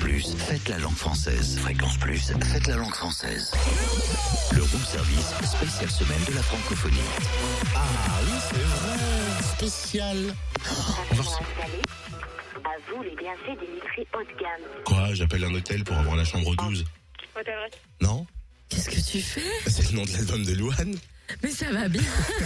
Plus, faites la langue française. Fréquence Plus, faites la langue française. Le room service, spéciale semaine de la francophonie. Ah oui, c'est vrai, spécial. Appartement installé. À vous les bienfaits des literies haut de gamme. Quoi, j'appelle un hôtel pour avoir la chambre 12 Hôtel Non Qu'est-ce que tu fais C'est le nom de l'album de Louane Mais ça va bien.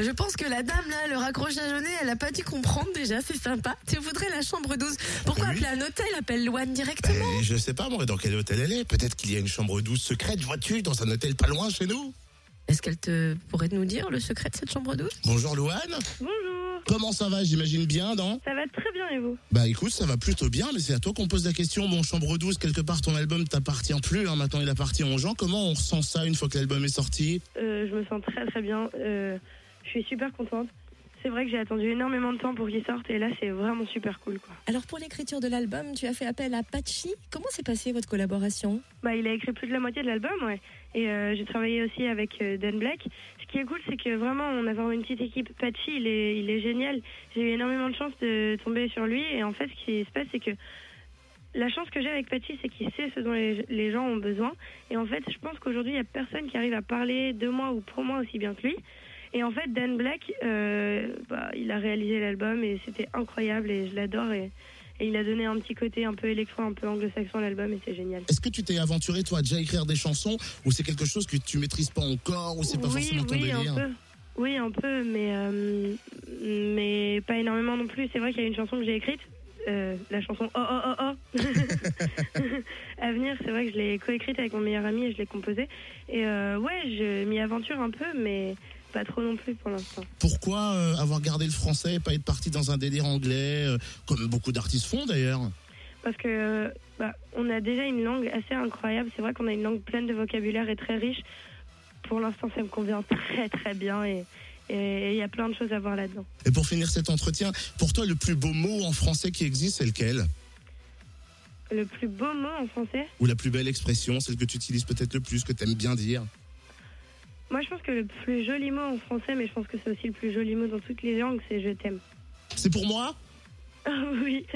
Je pense que la dame là, le raccrochage au nez, elle a pas dû comprendre déjà, c'est sympa. Tu voudrais la chambre 12. Pourquoi Oui. appeler un hôtel Appelle Loane Ben, directement. Je sais pas, moi, dans quel hôtel elle est. Peut-être qu'il y a une chambre 12 secrète, vois-tu, dans un hôtel pas loin chez nous. Est-ce qu'elle te pourrait nous dire le secret de cette chambre 12 Bonjour Louane. Bonjour, Comment ça va, j'imagine bien, non ça va très bien et vous Bah écoute, ça va plutôt bien, mais c'est à toi qu'on pose la question. Bon, chambre 12, quelque part, ton album t'appartient plus. hein. Maintenant, il appartient aux gens. Comment on ressent ça une fois que l'album est sorti Euh, Je me sens très très bien, Euh, je suis super contente. C'est vrai que j'ai attendu énormément de temps pour qu'il sorte et là c'est vraiment super cool quoi. Alors pour l'écriture de l'album, tu as fait appel à Patchy. Comment s'est passée votre collaboration Bah il a écrit plus de la moitié de l'album ouais et euh, j'ai travaillé aussi avec euh, Dan Black. Ce qui est cool c'est que vraiment on a vraiment une petite équipe. Patchy il est, il est génial, j'ai eu énormément de chance de tomber sur lui et en fait ce qui se passe c'est que la chance que j'ai avec Patchy c'est qu'il sait ce dont les, les gens ont besoin et en fait je pense qu'aujourd'hui il n'y a personne qui arrive à parler de moi ou pour moi aussi bien que lui. Et en fait, Dan Black, euh, bah, il a réalisé l'album et c'était incroyable et je l'adore. Et, et il a donné un petit côté un peu électro, un peu anglo-saxon à l'album et c'est génial. Est-ce que tu t'es aventuré, toi, à déjà écrire des chansons Ou c'est quelque chose que tu maîtrises pas encore Ou c'est pas forcément ton oui, délire un peu. Oui, un peu, mais, euh, mais pas énormément non plus. C'est vrai qu'il y a une chanson que j'ai écrite, euh, la chanson Oh Oh Oh Oh Avenir, c'est vrai que je l'ai coécrite avec mon meilleur ami et je l'ai composée. Et euh, ouais, je m'y aventure un peu, mais pas trop non plus pour l'instant. Pourquoi euh, avoir gardé le français et pas être parti dans un délire anglais, euh, comme beaucoup d'artistes font d'ailleurs parce que bah, on a déjà une langue assez incroyable. C'est vrai qu'on a une langue pleine de vocabulaire et très riche. Pour l'instant, ça me convient très très bien et et- et il y a plein de choses à voir là-dedans. Et pour finir cet entretien, pour toi, le plus beau mot en français qui existe, c'est lequel Le plus beau mot en français, Ou la plus belle expression, celle que tu utilises peut-être le plus, que tu aimes bien dire moi je pense que le plus joli mot en français, mais je pense que c'est aussi le plus joli mot dans toutes les langues, c'est je t'aime. C'est pour moi Ah oui.